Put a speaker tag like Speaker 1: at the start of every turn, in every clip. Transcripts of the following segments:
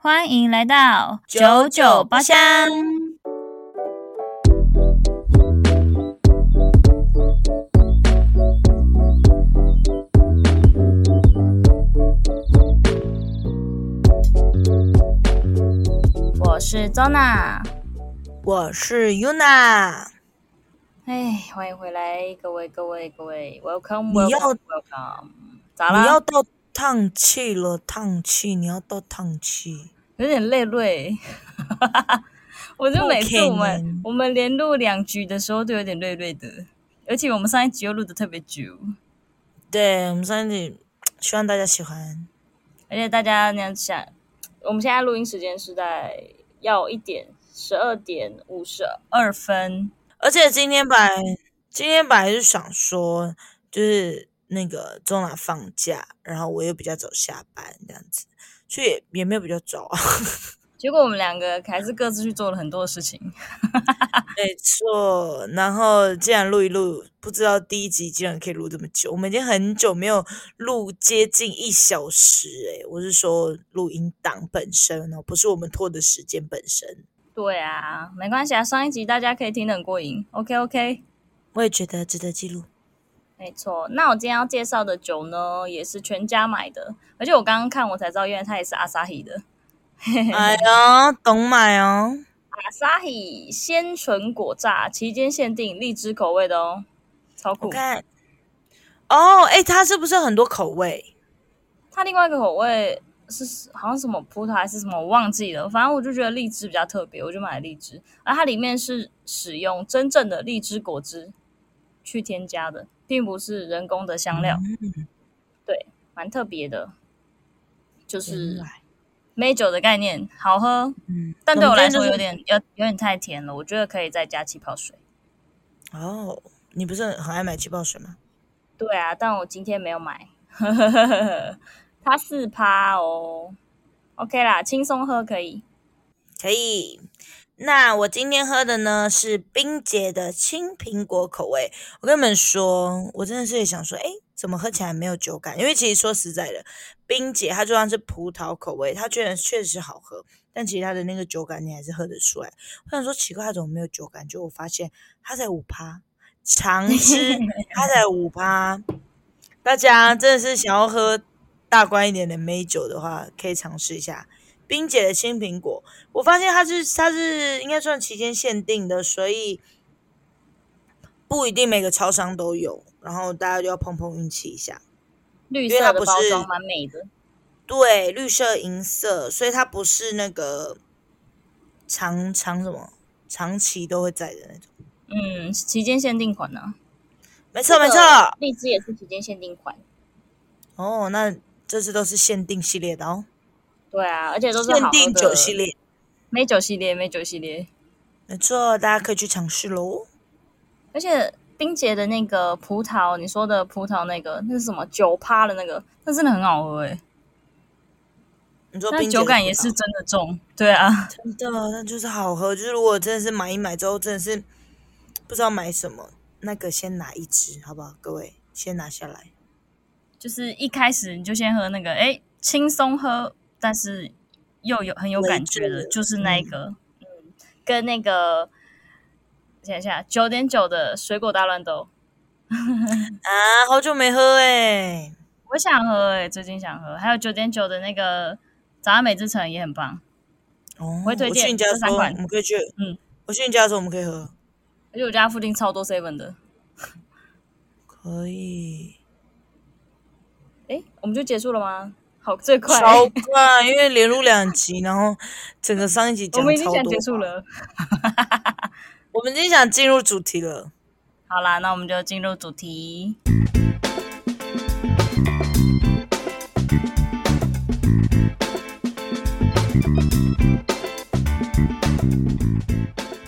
Speaker 1: 欢迎来到
Speaker 2: 九九包厢。
Speaker 1: 我是周娜，
Speaker 2: 我是 Yuna，
Speaker 1: 哎，欢迎回来，各位各位各位，Welcome
Speaker 2: 你要
Speaker 1: Welcome Welcome，咋
Speaker 2: 你要
Speaker 1: 啦？
Speaker 2: 到烫气了，烫气，你要到烫气。
Speaker 1: 有点累累， 我就每次我
Speaker 2: 不可
Speaker 1: 们
Speaker 2: 能
Speaker 1: 我们连录两局的时候都有点累累的，而且我们上一集又录的特别久，
Speaker 2: 对我们三集，希望大家喜欢。
Speaker 1: 而且大家那样想，我们现在录音时间是在要一点十二点五十二分，
Speaker 2: 而且今天本来今天本来是想说，就是那个中南放假，然后我又比较早下班这样子，所以也没有比较早啊。
Speaker 1: 结果我们两个还是各自去做了很多的事情。
Speaker 2: 没错，然后既然录一录，不知道第一集竟然可以录这么久，我们已经很久没有录接近一小时诶、我是说录音档本身哦，不是我们拖的时间本身。
Speaker 1: 对啊，没关系啊，上一集大家可以听得很过瘾。OK OK，
Speaker 2: 我也觉得值得记录。
Speaker 1: 没错。那我今天要介绍的酒呢，也是全家买的，而且我刚刚看我才知道，原来它也是阿萨希的。
Speaker 2: 哎呦，懂买哦，
Speaker 1: 阿萨希鲜醇果榨，期间限定，荔枝口味的哦，超
Speaker 2: 我
Speaker 1: 酷。
Speaker 2: 看。哦，哎，它是不是很多口味？
Speaker 1: 它另外一个口味是好像什么葡萄还是什么，我忘记了。反正我就觉得荔枝比较特别，我就买了荔枝。而它里面是使用真正的荔枝果汁去添加的，并不是人工的香料。
Speaker 2: 嗯
Speaker 1: 对，蛮特别的，就是美酒的概念，好喝，
Speaker 2: 嗯，
Speaker 1: 但对我来说有
Speaker 2: 总之就是
Speaker 1: 点有有点太甜了。我觉得可以再加气泡水。
Speaker 2: 哦。你不是很爱买气泡水吗？
Speaker 1: 对啊，但我今天没有买，它四趴哦。OK 啦，轻松喝可以。
Speaker 2: 可以。那我今天喝的呢是冰姐的青苹果口味。我跟你们说，我真的是也想说，哎，怎么喝起来没有酒感？因为其实说实在的，冰姐它就算是葡萄口味，它居然确实好喝，但其实它的那个酒感你还是喝得出来。我想说奇怪，它怎么没有酒感？就我发现它才五趴，长汁它才五趴。大家真的是想要喝大罐一点的美酒的话，可以尝试一下冰姐的青苹果。我发现它是它是应该算期间限定的，所以不一定每个超商都有，然后大家就要碰碰运气一下。
Speaker 1: 绿
Speaker 2: 因为它
Speaker 1: 色的
Speaker 2: 不
Speaker 1: 包
Speaker 2: 是
Speaker 1: 装蛮美的，
Speaker 2: 对，绿色银色，所以它不是那个长长什么长期都会在的那种。
Speaker 1: 嗯，期间限定款呢、啊，
Speaker 2: 没错没错，
Speaker 1: 荔枝也是期间限定款，
Speaker 2: 哦，那这次都是限定系列的哦，
Speaker 1: 对啊，而且都是好
Speaker 2: 限
Speaker 1: 喝
Speaker 2: 定
Speaker 1: 的
Speaker 2: 酒系，列，
Speaker 1: 美酒系列，美酒系列，
Speaker 2: 没错，大家可以去尝试喽。
Speaker 1: 而且冰姐的那个葡萄，你说的葡萄那个，那是什么九趴的那个，那真的很好喝诶、欸
Speaker 2: 你说
Speaker 1: 那
Speaker 2: 冰
Speaker 1: 酒
Speaker 2: 酒
Speaker 1: 感也是真的重，对啊，
Speaker 2: 真的，那就是好喝。就是如果真的是买一买之后，真的是不知道买什么，那个先拿一支，好不好？各位先拿下来。
Speaker 1: 就是一开始你就先喝那个，哎，轻松喝，但是又有很有感觉
Speaker 2: 微
Speaker 1: 的，
Speaker 2: 醉
Speaker 1: 就是那一个，嗯，跟那个，想一下，九点九的水果大乱斗。
Speaker 2: 啊，好久没喝哎、
Speaker 1: 我想喝诶、最近想喝，还有九点九的那个早安美之城也很棒，
Speaker 2: 哦，
Speaker 1: 我会推荐
Speaker 2: 我去你家
Speaker 1: 这
Speaker 2: 的时
Speaker 1: 三
Speaker 2: 候，我
Speaker 1: 款
Speaker 2: 们可以去。
Speaker 1: 嗯，
Speaker 2: 我去你家的时候，我们可以喝。
Speaker 1: 而且我家附近超多 seven 的。
Speaker 2: 可以，
Speaker 1: 诶，我们就结束了吗？好，最快，
Speaker 2: 超快，因为连录两集，然后整个上一集
Speaker 1: 我
Speaker 2: 讲
Speaker 1: 们已经
Speaker 2: 超
Speaker 1: 想
Speaker 2: 多
Speaker 1: 结束
Speaker 2: 话，
Speaker 1: 了。
Speaker 2: 我们已经想进入主题了。
Speaker 1: 好啦，那我们就进入主题。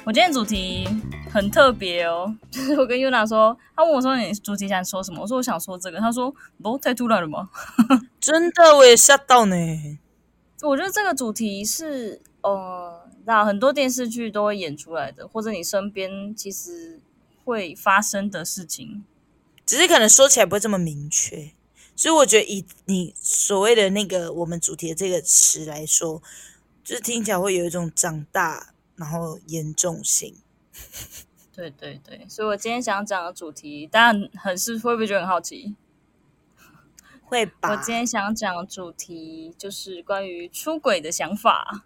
Speaker 1: 我今天主题很特别哦， 就是我跟 Yuna 说，他问我说你主题想说什么，我说我想说这个，他说不太突然了吗？
Speaker 2: 真的，我也吓到呢。
Speaker 1: 我觉得这个主题是，呃，那很多电视剧都会演出来的，或者你身边其实会发生的事情。
Speaker 2: 只是可能说起来不会这么明确。所以我觉得以你所谓的那个我们主题的这个词来说，就是听起来会有一种长大然后严重性。
Speaker 1: 对对对，所以我今天想讲的主题，大家很是会不会觉得很好奇？
Speaker 2: 会吧？
Speaker 1: 我今天想讲的主题就是关于出轨的想法，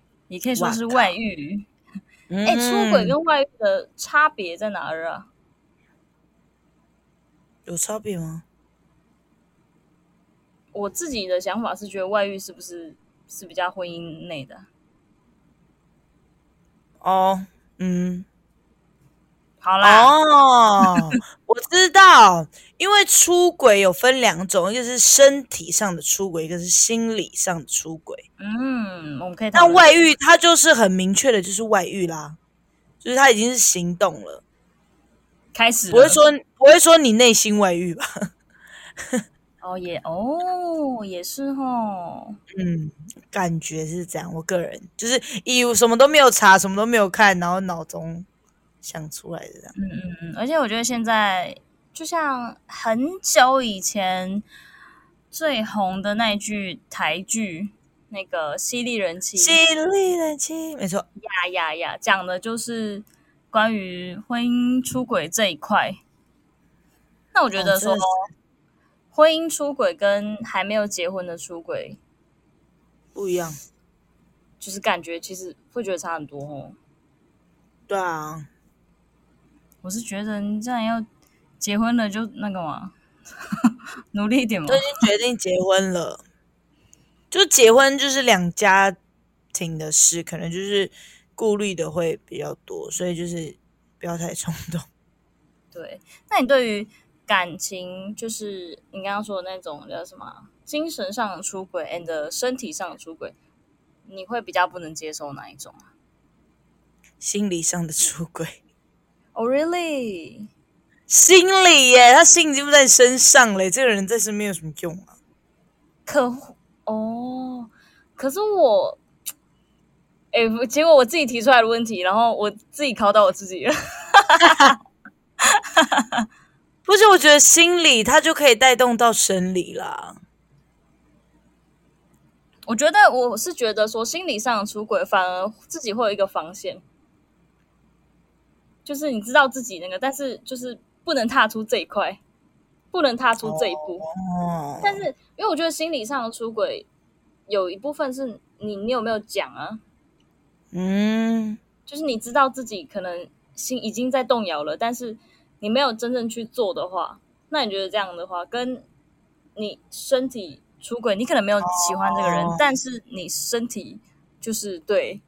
Speaker 1: 也可以说是外遇。
Speaker 2: 哎
Speaker 1: 哎、出轨跟外遇的差别在哪儿啊？
Speaker 2: 有差别吗？
Speaker 1: 我自己的想法是觉得外遇是不是是比较婚姻内的？
Speaker 2: 哦，嗯，
Speaker 1: 好啦，
Speaker 2: 哦，我知道，因为出轨有分两种，一个是身体上的出轨，一个是心理上的出轨。
Speaker 1: 嗯，我们可以
Speaker 2: 那
Speaker 1: 讨论
Speaker 2: 外遇它就是很明确的，就是外遇啦，就是他已经是行动了，
Speaker 1: 开始了，
Speaker 2: 不会说不会说你内心外遇吧？
Speaker 1: 哦也哦也是哦，
Speaker 2: 嗯，感觉是这样。我个人就是以我什么都没有查，什么都没有看，然后脑中想出来的这样。
Speaker 1: 嗯嗯嗯，而且我觉得现在就像很久以前最红的那一句台剧，那个《犀利人妻》
Speaker 2: 犀利的妻，没错，
Speaker 1: 呀呀呀，讲的就是关于婚姻出轨这一块。那我觉得说，
Speaker 2: 哦真的
Speaker 1: 婚姻出轨跟还没有结婚的出轨，
Speaker 2: 不一样。
Speaker 1: 就是感觉其实会觉得差很多哦。
Speaker 2: 对啊，
Speaker 1: 我是觉得你既然要结婚了，就那个嘛， 努力一点嘛
Speaker 2: 都。已经决定结婚了，就结婚就是两家庭的事，可能就是顾虑的会比较多，所以就是不要太冲动。
Speaker 1: 对，那你对于感情，就是你刚刚说的那种叫什么啊精神上的出轨 and 身体上的出轨，你会比较不能接受哪一种啊？
Speaker 2: 心理上的出轨，
Speaker 1: 哦、r e a l l y
Speaker 2: 心理耶，他心已经不在你身上了，这个人在身边有什么用啊？
Speaker 1: 可哦，可是我，哎、结果我自己提出来的问题，然后我自己考到我自己了。
Speaker 2: 不是，我觉得心理它就可以带动到生理啦。
Speaker 1: 我觉得我是觉得说心理上的出轨，反而自己会有一个防线，就是你知道自己那个，但是就是不能踏出这一块，不能踏出这一步。
Speaker 2: 哦，
Speaker 1: 但是因为我觉得心理上的出轨有一部分是你你有没有讲啊？
Speaker 2: 嗯，
Speaker 1: 就是你知道自己可能心已经在动摇了，但是你没有真正去做的话，那你觉得这样的话，跟你身体出轨，你可能没有喜欢这个人，
Speaker 2: 哦
Speaker 1: 但是你身体就是对，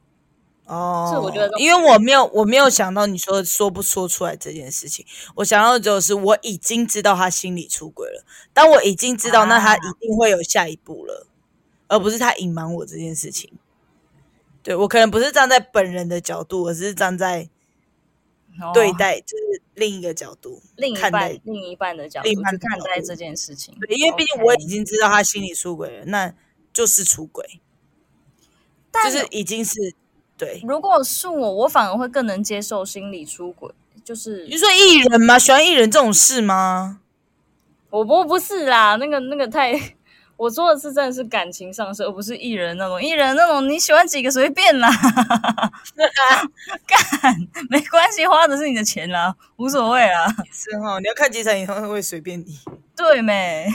Speaker 2: 哦，
Speaker 1: 是我觉得都
Speaker 2: 因为我没有，我没有想到你说说不说出来这件事情，我想到的只有是我已经知道他心理出轨了，当我已经知道，
Speaker 1: 啊
Speaker 2: 那他一定会有下一步了，而不是他隐瞒我这件事情。对我可能不是站在本人的角度，我是站在对
Speaker 1: 哦
Speaker 2: 待、就是另一个角度，
Speaker 1: 另一
Speaker 2: 看
Speaker 1: 半
Speaker 2: 待
Speaker 1: 另一半的角度
Speaker 2: 另一
Speaker 1: 去
Speaker 2: 半的
Speaker 1: 看
Speaker 2: 角
Speaker 1: 待
Speaker 2: 度
Speaker 1: 这件事情。
Speaker 2: 对，因为毕竟
Speaker 1: OK
Speaker 2: 我已经知道他心理出轨了，那就是出轨，
Speaker 1: 但
Speaker 2: 就是已经是对。
Speaker 1: 如果是我，我反而会更能接受心理出轨，就是
Speaker 2: 你说艺人吗？喜欢艺人这种事吗？
Speaker 1: 我不不是啦，那个那个太，我说的是真的是感情上事，而不是艺人那种。艺人那种你喜欢几个随便啦，干没关系，花的是你的钱啦，无所谓啦。
Speaker 2: 是哈、你要看几场演唱会随便你。
Speaker 1: 对没？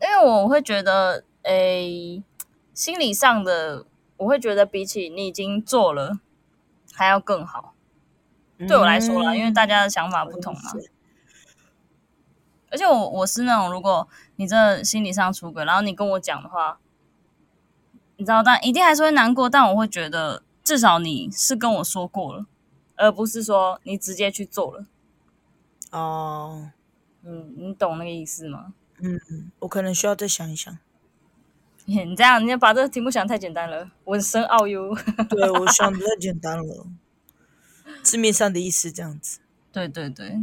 Speaker 1: 因为我会觉得，诶、心理上的，我会觉得比起你已经做了，还要更好。嗯对我来说啦，因为大家的想法不
Speaker 2: 哦
Speaker 1: 同嘛。而且我我是那种，如果你这心理上出轨，然后你跟我讲的话，你知道，但一定还是会难过，但我会觉得至少你是跟我说过了，而不是说你直接去做了。
Speaker 2: 哦，
Speaker 1: 嗯，你懂那个意思吗？
Speaker 2: 我可能需要再想一想。
Speaker 1: 你这样，你把这个题目想太简单了，我很深奥哟。
Speaker 2: 对我想的太简单了，字面上的意思这样子。
Speaker 1: 对对对，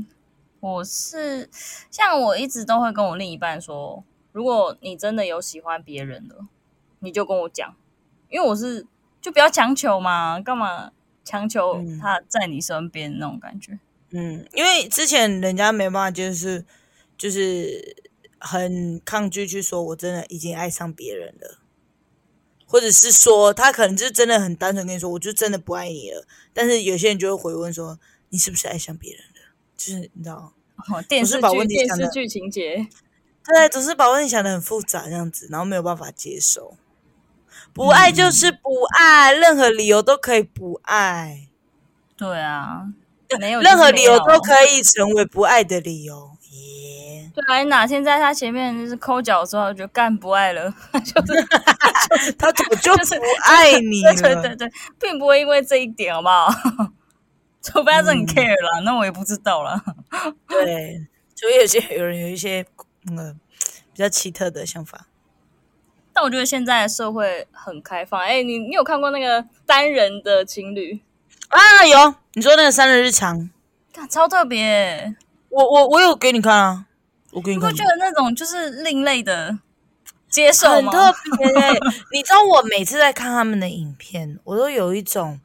Speaker 1: 我是像我一直都会跟我另一半说，如果你真的有喜欢别人的，你就跟我讲，因为我是就不要强求嘛，干嘛强求
Speaker 2: 嗯
Speaker 1: 他在你身边那种感觉？
Speaker 2: 嗯，因为之前人家没办法，就是就是很抗拒去说，我真的已经爱上别人了。或者是说他可能就是真的很单纯跟你说，我就真的不爱你了。但是有些人就会回问说，你是不是爱上别人了？就是你知道，
Speaker 1: 哦电视
Speaker 2: 把问
Speaker 1: 剧
Speaker 2: 题
Speaker 1: 电
Speaker 2: 想
Speaker 1: 视
Speaker 2: 得
Speaker 1: 剧情节，
Speaker 2: 对，啊总是把问题想的很复杂这样子，然后没有办法接受。不爱
Speaker 1: 嗯
Speaker 2: 就是不爱，任何理由都可以不爱，
Speaker 1: 对啊，没有
Speaker 2: 任何理由
Speaker 1: 就是没
Speaker 2: 都
Speaker 1: 有
Speaker 2: 可以成为不爱的理由。耶、
Speaker 1: 对啊，你哪天在他前面就是抠脚的时候，就干不爱了，就是
Speaker 2: 他早 就不爱你 了。
Speaker 1: 对对对对，并不会因为这一点，好不好？ 除非他是很
Speaker 2: 嗯
Speaker 1: care 啦，那我也不知道啦。
Speaker 2: 对，所以有些有人有一些那个、比较奇特的想法。
Speaker 1: 但我觉得现在的社会很开放。哎、你你有看过那个单人的情侣？
Speaker 2: 啊，有你说那个三人日常，
Speaker 1: 看超特别欸、
Speaker 2: 我我我有给你看啊，我给
Speaker 1: 你
Speaker 2: 你
Speaker 1: 不
Speaker 2: 看
Speaker 1: 觉。得那种就是另类的接受
Speaker 2: 很
Speaker 1: 吗？
Speaker 2: 特别、欸，你知道我每次在看他们的影片，我都有一种，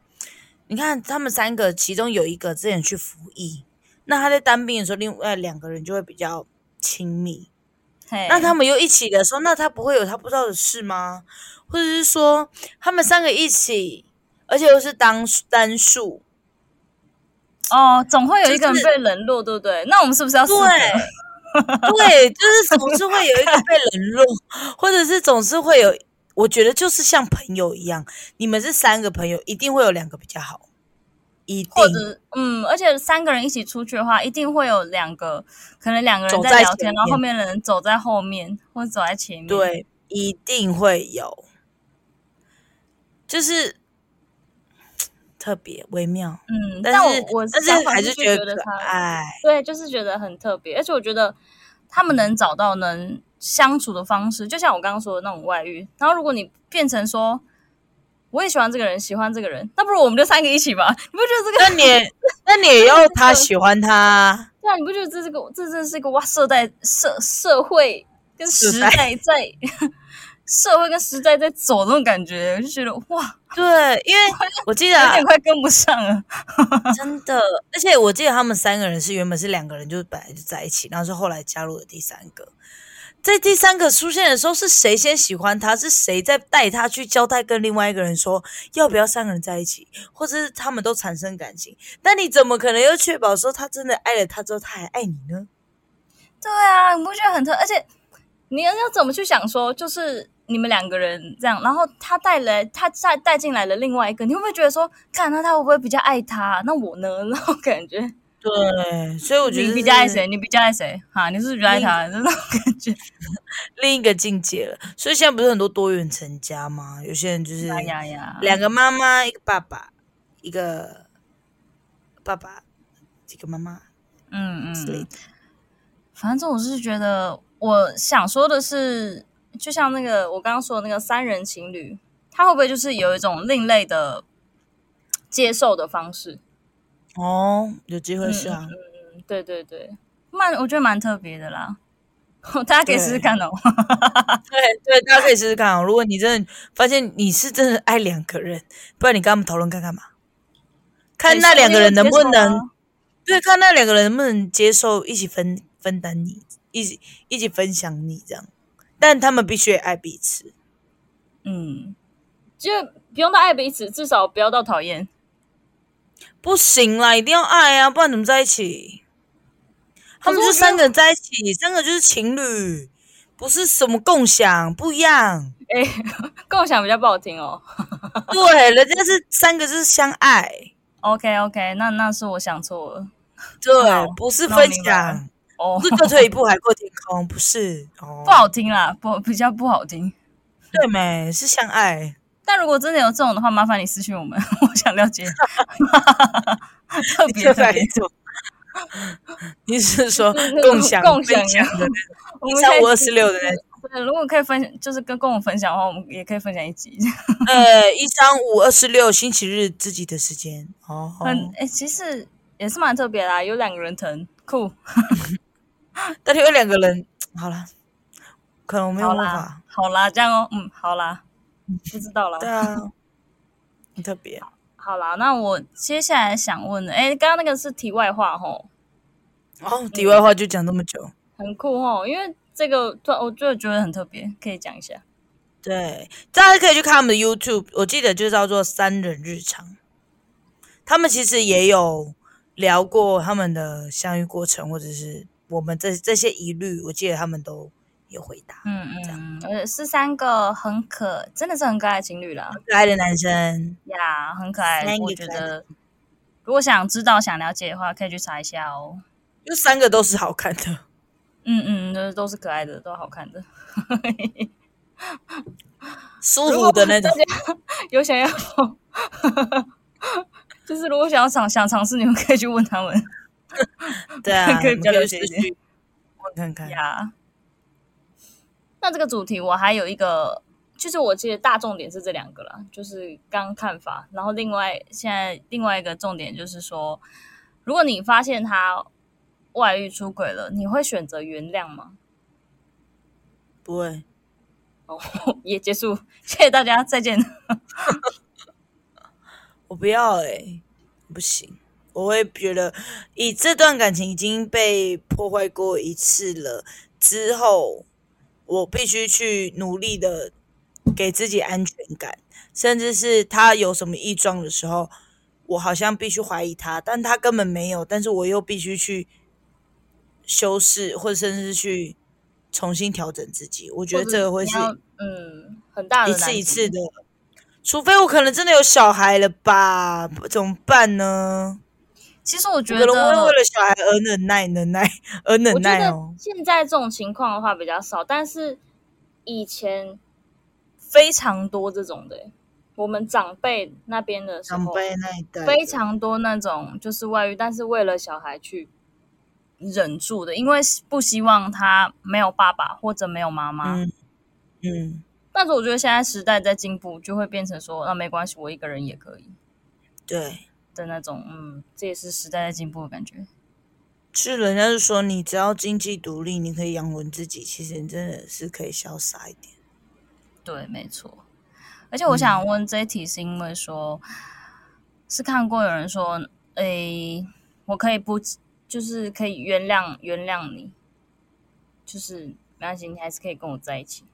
Speaker 2: 你看他们三个，其中有一个之前去服役，那他在当兵的时候，另外两个人就会比较亲密，
Speaker 1: 嘿
Speaker 2: 那他们又一起的时候，那他不会有他不知道的事吗？或者是说他们三个一起，而且又是当单数，
Speaker 1: 哦，总会有一个人
Speaker 2: 就是
Speaker 1: 被冷落，对不对？那我们是不是要四个？
Speaker 2: 对对，就是总是会有一个被冷落，或者是总是会有，我觉得就是像朋友一样，你们是三个朋友，一定会有两个比较好，一定
Speaker 1: 或者嗯，而且三个人一起出去的话，一定会有两个，可能两个人在聊
Speaker 2: 走在前
Speaker 1: 天，
Speaker 2: 面
Speaker 1: 然后后面的人走在后面或者走在前面。，
Speaker 2: 对，一定会有，就是特别微妙，
Speaker 1: 嗯，
Speaker 2: 但
Speaker 1: 我
Speaker 2: 是
Speaker 1: 我
Speaker 2: 但
Speaker 1: 想
Speaker 2: 是
Speaker 1: 法
Speaker 2: 还
Speaker 1: 是
Speaker 2: 是
Speaker 1: 觉
Speaker 2: 得
Speaker 1: 得
Speaker 2: 可
Speaker 1: 他，
Speaker 2: 爱。
Speaker 1: 对，就是觉得很特别，而且我觉得他们能找到能相处的方式，就像我刚刚说的那种外遇。然后如果你变成说我也喜欢这个人，喜欢这个人，那不如我们就三个一起吧？你不觉得这个？
Speaker 2: 那你也那你也要他喜欢他啊，
Speaker 1: 对啊，你不觉得这是个这真的是一个哇社代社社会跟时
Speaker 2: 时代
Speaker 1: 代在 社会跟时代在走那种感觉，我就觉得哇，
Speaker 2: 对，因为我记得
Speaker 1: 有
Speaker 2: 啊
Speaker 1: 点快跟不上了。
Speaker 2: 真的，而且我记得他们三个人是原本是两个人，就是本来就在一起，然后是后来加入了第三个。在第三个出现的时候，是谁先喜欢他？是谁在带他去交代跟另外一个人说要不要三个人在一起，或者是他们都产生感情？但你怎么可能又确保说他真的爱了他之后他还爱你呢？
Speaker 1: 对啊，你不觉得很特？而且你要怎么去想说，就是你们两个人这样，然后他带来他带带进来了另外一个，你会不会觉得说，看那他会不会比较爱他？那我呢？ 那种感觉，
Speaker 2: 对，所以我觉得
Speaker 1: 你比较爱
Speaker 2: 是
Speaker 1: 谁？你比较爱谁？哈，你是不是比较爱他？就那种感觉。
Speaker 2: 另一个境界了。所以现在不是很多多元成家吗？有些人就是
Speaker 1: 哎呀呀，
Speaker 2: 两个妈妈，一个爸爸，一个爸爸，几个妈妈
Speaker 1: 嗯
Speaker 2: 之
Speaker 1: 嗯
Speaker 2: 类
Speaker 1: 嗯
Speaker 2: 的。。
Speaker 1: 反正我是觉得，我想说的是，就像那个我刚刚说的那个三人情侣，他会不会就是有一种另类的接受的方式？
Speaker 2: 哦，有机会是啊，
Speaker 1: 嗯，对对对，蛮我觉得蛮特别的啦， 大家可以试试看哦。
Speaker 2: 对对，大家可以试试看哦。如果你真的发现你是真的爱两个人，不然你跟他们讨论看看嘛，看 那两个人能不能、
Speaker 1: 啊
Speaker 2: 对，看那两个人能不能接受一起分分担你，一起一起分享你这样，但他们必须也爱彼此。
Speaker 1: 嗯，就不用到爱彼此，至少不要到讨厌。
Speaker 2: 不行啦，一定要爱啊，不然怎么在一起？他们
Speaker 1: 可是
Speaker 2: 就
Speaker 1: 我觉得
Speaker 2: 三个人在一起，三个就是情侣，不是什么共享，不一样。
Speaker 1: 哎、共享比较不好听哦。
Speaker 2: 对，人家是三个就是相爱，
Speaker 1: OK OK，那那是我想错了好
Speaker 2: 对，不是
Speaker 1: 那我
Speaker 2: 分
Speaker 1: 明白了
Speaker 2: 享，
Speaker 1: 哦
Speaker 2: 不，是各退一步海阔天空，不是哦，
Speaker 1: 不好听啦，不比较不好听。
Speaker 2: 对没，是相爱。
Speaker 1: 但如果真的有这种的话，麻烦你私信我们， 我想了解。特别特别，
Speaker 2: 种， 你 是说
Speaker 1: 就是那种
Speaker 2: 共享
Speaker 1: 共享
Speaker 2: 分享的
Speaker 1: 我
Speaker 2: 那
Speaker 1: 们
Speaker 2: 种，像
Speaker 1: 可以
Speaker 2: 五二十六的那种，
Speaker 1: 对，如果可以分享，就是跟跟我分享的话，我们也可以分享一集。
Speaker 2: 呃，一三五二十六星期日自己的时间哦，
Speaker 1: 很哎、其实也是蛮特别啦，有两个人疼，酷。
Speaker 2: 但是有两个人，好了，可能我没有
Speaker 1: 好
Speaker 2: 办
Speaker 1: 啦
Speaker 2: 法。，
Speaker 1: 好啦，这样哦，嗯，好啦，不知道
Speaker 2: 对
Speaker 1: 啦，
Speaker 2: 啊， 很特别。
Speaker 1: 好啦，那我接下来想问的，哎、刚刚那个是题外话吼，
Speaker 2: 哦，题外话就讲这么久，
Speaker 1: 很酷吼，因为这个突然我就觉得很特别，可以讲一下。
Speaker 2: 对，大家可以去看他们的 YouTube，我记得就叫做“三人日常”，他们其实也有聊过他们的相遇过程，或者是我们这这些疑虑，我记得他们都有回答。
Speaker 1: 嗯
Speaker 2: 这
Speaker 1: 嗯，呃，是三个很可，真的是很可爱的情侣啦，
Speaker 2: 可爱的男生，
Speaker 1: 呀、很可爱
Speaker 2: 三。个
Speaker 1: 我觉
Speaker 2: 可爱的
Speaker 1: 得，如果想知道、想了解的话，可以去查一下哦。
Speaker 2: 就三个都是好看的。
Speaker 1: 嗯嗯，都都是可爱的，都好看的。
Speaker 2: 舒服的那种，
Speaker 1: 有想要， 就是如果想要尝想尝试，你们可以去问他们
Speaker 2: 对啊，
Speaker 1: 可以比较
Speaker 2: 你
Speaker 1: 了解一
Speaker 2: 私
Speaker 1: 点
Speaker 2: 讯问看看。
Speaker 1: 呀。那这个主题我还有一个，就是我记得大重点是这两个啦，就是刚看法，然后另外现在另外一个重点就是说，如果你发现他外遇出轨了，你会选择原谅吗？
Speaker 2: 不会，
Speaker 1: 也结束，谢谢大家，再见。
Speaker 2: 我不要哎、不行，我会觉得以这段感情已经被破坏过一次了，之后我必须去努力的给自己安全感，甚至是他有什么异状的时候，我好像必须怀疑他，但他根本没有，但是我又必须去修饰，或者甚至是去重新调整自己。我觉得这个会是
Speaker 1: 或者你要嗯很大的
Speaker 2: 一
Speaker 1: 难
Speaker 2: 次
Speaker 1: 题
Speaker 2: 一次的，除非我可能真的有小孩了吧？不怎么办呢？
Speaker 1: 其实我觉
Speaker 2: 我
Speaker 1: 得
Speaker 2: 可能会为了小孩而忍耐、忍耐、而
Speaker 1: 我
Speaker 2: 忍
Speaker 1: 觉
Speaker 2: 耐
Speaker 1: 得
Speaker 2: 哦。
Speaker 1: 现在这种情况的话比较少，但是以前非常多这种的欸、我们长辈那边的时
Speaker 2: 长
Speaker 1: 候，
Speaker 2: 辈那一代的
Speaker 1: 非常多那种就是外遇，但是为了小孩去忍住的，因为不希望他没有爸爸或者没有妈妈。
Speaker 2: 嗯嗯，
Speaker 1: 但是我觉得现在时代在进步，就会变成说，啊那没关系，我一个人也可以
Speaker 2: 对，
Speaker 1: 的那种。嗯，这也是时代在进步的感觉。
Speaker 2: 是人家是说你只要经济独立，你可以养活你自己，其实你真的是可以潇洒一点。
Speaker 1: 对，没错。而且我想问这一题，是因为说，是看过有人说，诶、我可以不，就是可以原谅原谅你，就是没关系，你还是可以跟我在一起。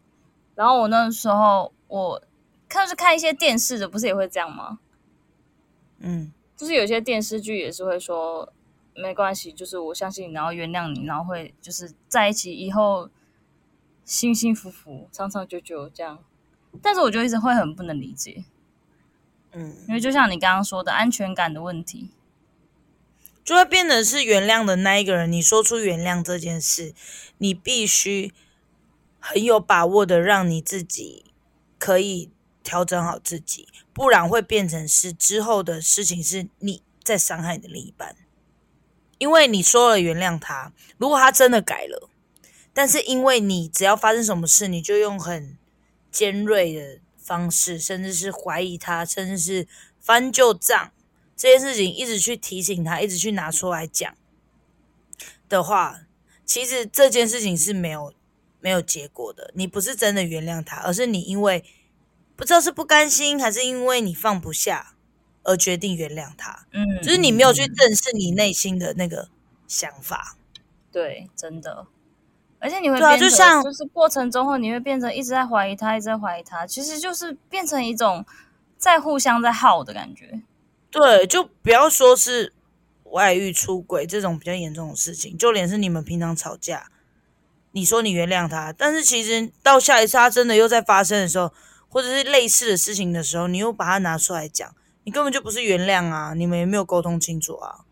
Speaker 1: 然后我那时候我看是看一些电视的，不是也会这样吗？
Speaker 2: 嗯，
Speaker 1: 就是有些电视剧也是会说，没关系，就是我相信你，然后原谅你，然后会就是在一起以后幸幸福福、长长久久这样。但是我就一直会很不能理解，
Speaker 2: 嗯，
Speaker 1: 因为就像你刚刚说的安全感的问题，
Speaker 2: 就会变得是原谅的那一个人。你说出原谅这件事，你必须很有把握的让你自己可以调整好自己，不然会变成是之后的事情是你在伤害你的另一半，因为你说了原谅他，如果他真的改了，但是因为你只要发生什么事，你就用很尖锐的方式，甚至是怀疑他，甚至是翻旧账这件事情，一直去提醒他，一直去拿出来讲的话，其实这件事情是没有没有结果的。你不是真的原谅他，而是你因为不知道是不甘心，还是因为你放不下而决定原谅他，
Speaker 1: 嗯，
Speaker 2: 就是你没有去正视你内心的那个想法。
Speaker 1: 对，真的。而且你会
Speaker 2: 对啊
Speaker 1: 变成，
Speaker 2: 就像
Speaker 1: 就是过程中会，你会变成一直在怀疑他，一直在怀疑他，其实就是变成一种在互相在耗的感觉。
Speaker 2: 对，就不要说是外遇、出轨这种比较严重的事情，就连是你们平常吵架，你说你原谅他，但是其实到下一次他真的又在发生的时候，或者是类似的事情的时候，你又把它拿出来讲，你根本就不是原谅啊，你们也没有沟通清楚啊。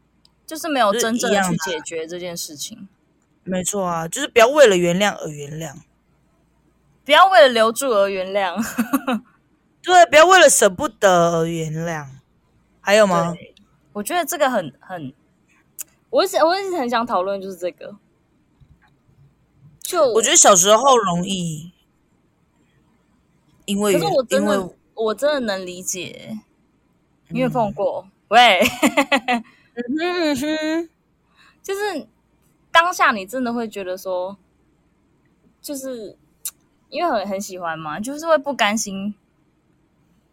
Speaker 1: 就是没有
Speaker 2: 就是
Speaker 1: 真正
Speaker 2: 一
Speaker 1: 的
Speaker 2: 样
Speaker 1: 去
Speaker 2: 的
Speaker 1: 解决这件事情，
Speaker 2: 没错啊，就是不要为了原谅而原谅，
Speaker 1: 不要为了留住而原谅。
Speaker 2: 对，不要为了舍不得而原谅。还有吗？
Speaker 1: 对，我觉得这个很很，我一直我一直很想讨论就是这个，就
Speaker 2: 我觉得小时候容易，因为
Speaker 1: 可是
Speaker 2: 原
Speaker 1: 我真
Speaker 2: 因为
Speaker 1: 的我真的能理解，因为碰过， 喂，
Speaker 2: 嗯哼。
Speaker 1: 就是当下你真的会觉得说，就是因为很很喜欢嘛，就是会不甘心，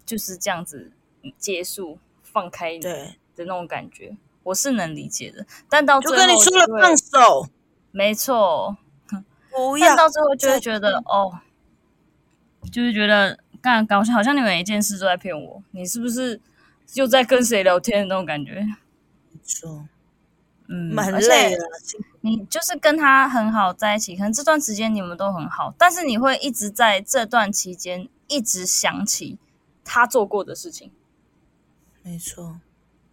Speaker 1: 就是这样子结束放开你的那
Speaker 2: 对，
Speaker 1: 种感觉。我是能理解的，但到
Speaker 2: 就
Speaker 1: 最后
Speaker 2: 跟你说了
Speaker 1: 就会
Speaker 2: 放手，
Speaker 1: 没错，
Speaker 2: 不
Speaker 1: 但
Speaker 2: 要嗯
Speaker 1: 到最后就会
Speaker 2: 再
Speaker 1: 觉得哦，就是觉得干搞笑，好像你每一件事都在骗我，你是不是又在跟谁聊天的那种感觉？
Speaker 2: 说
Speaker 1: 嗯，
Speaker 2: 蛮
Speaker 1: 而且
Speaker 2: 累的啦，
Speaker 1: 你就是跟他很好在一起，可能这段时间你们都很好，但是你会一直在这段期间一直想起他做过的事情。
Speaker 2: 没错，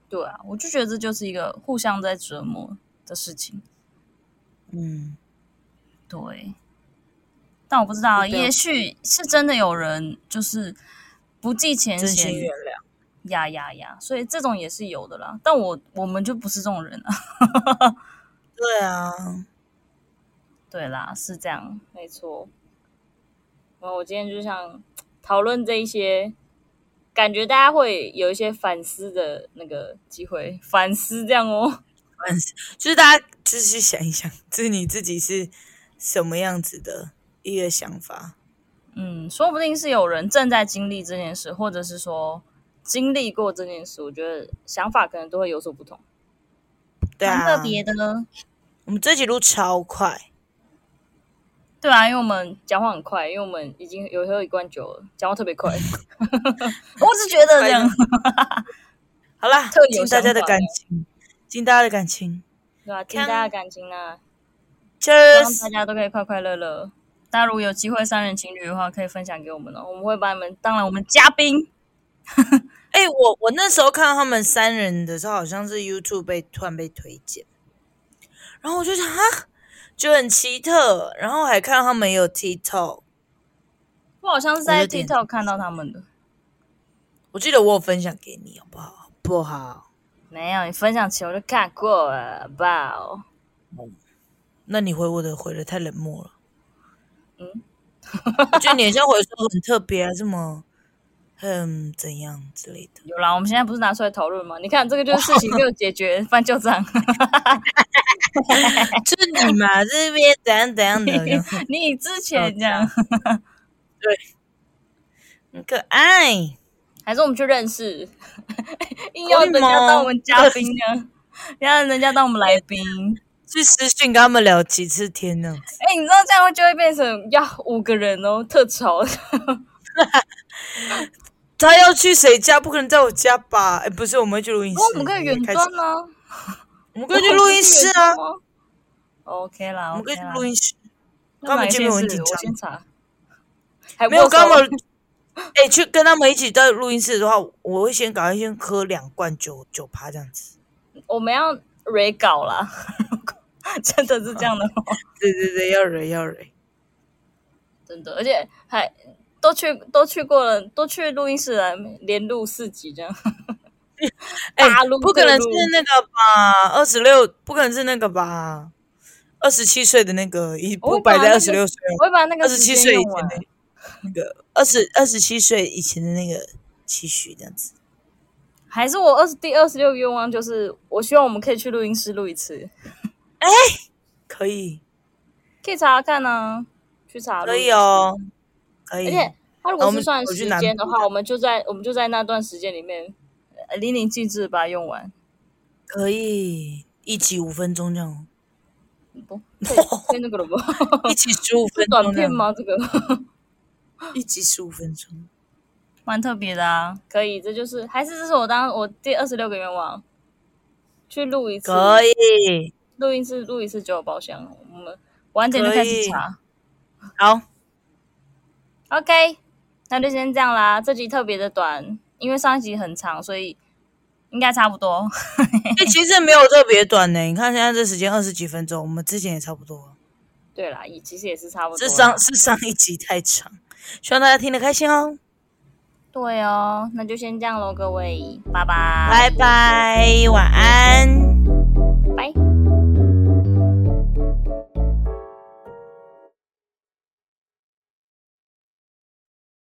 Speaker 1: 对啊，我就觉得这就是一个互相在折磨的事情。
Speaker 2: 嗯，
Speaker 1: 对，但我不知道，
Speaker 2: 就不要
Speaker 1: 也许是真的有人就是不计前
Speaker 2: 真心
Speaker 1: 嫌，
Speaker 2: 原谅，
Speaker 1: 呀呀呀，所以这种也是有的啦。但我我们就不是这种人啊。
Speaker 2: 对啊，
Speaker 1: 对啦，是这样，没错。然后我今天就想讨论这一些，感觉大家会有一些反思的那个机会，反思这样哦。
Speaker 2: 就是大家就是去想一想，就是你自己是什么样子的一个想法，
Speaker 1: 嗯，说不定是有人正在经历这件事，或者是说经历过这件事，我觉得想法可能都会有所不同，
Speaker 2: 对
Speaker 1: 蛮
Speaker 2: 啊，
Speaker 1: 特别的呢。
Speaker 2: 我们这几路超快，
Speaker 1: 对啊，因为我们讲话很快，因为我们已经有喝一罐酒了，讲话特别 快。我只觉得这样，
Speaker 2: 好啦
Speaker 1: 特，有
Speaker 2: 敬大家的
Speaker 1: 想法哦
Speaker 2: 感情，敬大家的感情
Speaker 1: 对啊，听大家的感情啊，希望
Speaker 2: ，Cheers，
Speaker 1: 大家都可以快快乐乐。大家如果有机会三人情侣的话，可以分享给我们哦，我们会把你们当然我们嘉宾。
Speaker 2: 哎、我我那时候看到他们三人的时候，好像是 YouTube 被突然被推荐，然后我就想啊，就很奇特。然后还看到他们有 TikTok，
Speaker 1: 我好像是
Speaker 2: 我
Speaker 1: 在
Speaker 2: 有点
Speaker 1: TikTok 看到他们的，
Speaker 2: 我记得我有分享给你，好不好？好不好？
Speaker 1: 没有你分享起我就看过了，吧哦？
Speaker 2: 那你回我的回的太冷漠了。
Speaker 1: 嗯，
Speaker 2: 我觉得你很像回说很特别啊，这么很怎样之类的。
Speaker 1: 有啦，我们现在不是拿出来讨论吗？你看这个就是事情就解决， 翻旧账。
Speaker 2: 哎就是你嘛，这边怎样怎样的，
Speaker 1: 你之前这样，
Speaker 2: 很可爱。
Speaker 1: 还是我们去认识， 硬要人家当我们嘉宾呢， 让人家当我们来宾。
Speaker 2: 去私讯跟他们聊几次天呢？
Speaker 1: 哎、你知道这样就会变成要五个人哦，特吵。
Speaker 2: 他要去谁家？不可能在我家吧？哎，不是，我们会去录音室。
Speaker 1: 我们可以远
Speaker 2: 开始
Speaker 1: 端啊，
Speaker 2: 我们可以去录音室啊，
Speaker 1: OK 啦，
Speaker 2: 我们可以去录
Speaker 1: 音。
Speaker 2: 音室。啊
Speaker 1: 那哪一些
Speaker 2: 跟他们见面我很
Speaker 1: 是
Speaker 2: 紧张
Speaker 1: 我先查，还
Speaker 2: 没有
Speaker 1: 握手
Speaker 2: 跟他们， 哎，去跟他们一起到录音室的话，我会先赶快先喝两罐酒酒趴这样子。
Speaker 1: 我们要 re 稿啦。 真的是这样的哦吗？
Speaker 2: 对对对，要蕊要蕊。
Speaker 1: 真的，而且还都去都去过了，都去录音室了，连录四集这样。
Speaker 2: 哎
Speaker 1: 大陆，
Speaker 2: 不可能是
Speaker 1: 特录
Speaker 2: 那个吧？二十六，不可能是那个吧？二十七岁的那个，一
Speaker 1: 我
Speaker 2: 不
Speaker 1: 会把
Speaker 2: 摆在
Speaker 1: 那
Speaker 2: 二
Speaker 1: 个
Speaker 2: 十六岁哦，
Speaker 1: 我会把那个
Speaker 2: 二十
Speaker 1: 时
Speaker 2: 七
Speaker 1: 间
Speaker 2: 岁以
Speaker 1: 用
Speaker 2: 前
Speaker 1: 完。
Speaker 2: 的那个，二十二十七岁以前的那个期许这样子。
Speaker 1: 还是我二十第二十六个愿望就是，我希望我们可以去录音室录一次，
Speaker 2: 可以，
Speaker 1: 可以查查看啊，去查录
Speaker 2: 可
Speaker 1: 音
Speaker 2: 以
Speaker 1: 室
Speaker 2: 哦，可以。
Speaker 1: 而且他如
Speaker 2: 啊
Speaker 1: 果
Speaker 2: 我
Speaker 1: 是
Speaker 2: 们
Speaker 1: 算
Speaker 2: 我去
Speaker 1: 时
Speaker 2: 南
Speaker 1: 间的
Speaker 2: 部
Speaker 1: 话，我们就在我们就在那段时间里面呃淋漓尽致地把它用完，
Speaker 2: 可以一集五分钟这样，哦
Speaker 1: 不，对那个了不？
Speaker 2: 一集十五
Speaker 1: 是
Speaker 2: 分
Speaker 1: 短
Speaker 2: 钟这
Speaker 1: 片
Speaker 2: 样，哦
Speaker 1: 吗？哦这个
Speaker 2: 一集十五分钟，
Speaker 1: 蛮特别的啊，可以，这就是还是这是我当我第二十六个愿望，去录一次，
Speaker 2: 可以。
Speaker 1: 录一次录一次九有包厢，我们晚点就
Speaker 2: 可
Speaker 1: 开始
Speaker 2: 以
Speaker 1: 查
Speaker 2: 好，
Speaker 1: ，OK，那就先这样啦，这集特别的短，因为上一集很长，所以应该差不多。
Speaker 2: 这哎其实没有特别短呢。你看现在这时间二十几分钟，我们之前也差不多。
Speaker 1: 对啦，也其实也是差不多
Speaker 2: 是
Speaker 1: 啦。
Speaker 2: 上是上一集太长，希望大家听得开心哦，
Speaker 1: 对哦，那就先这样喽，各位，拜拜。
Speaker 2: 拜拜，晚安。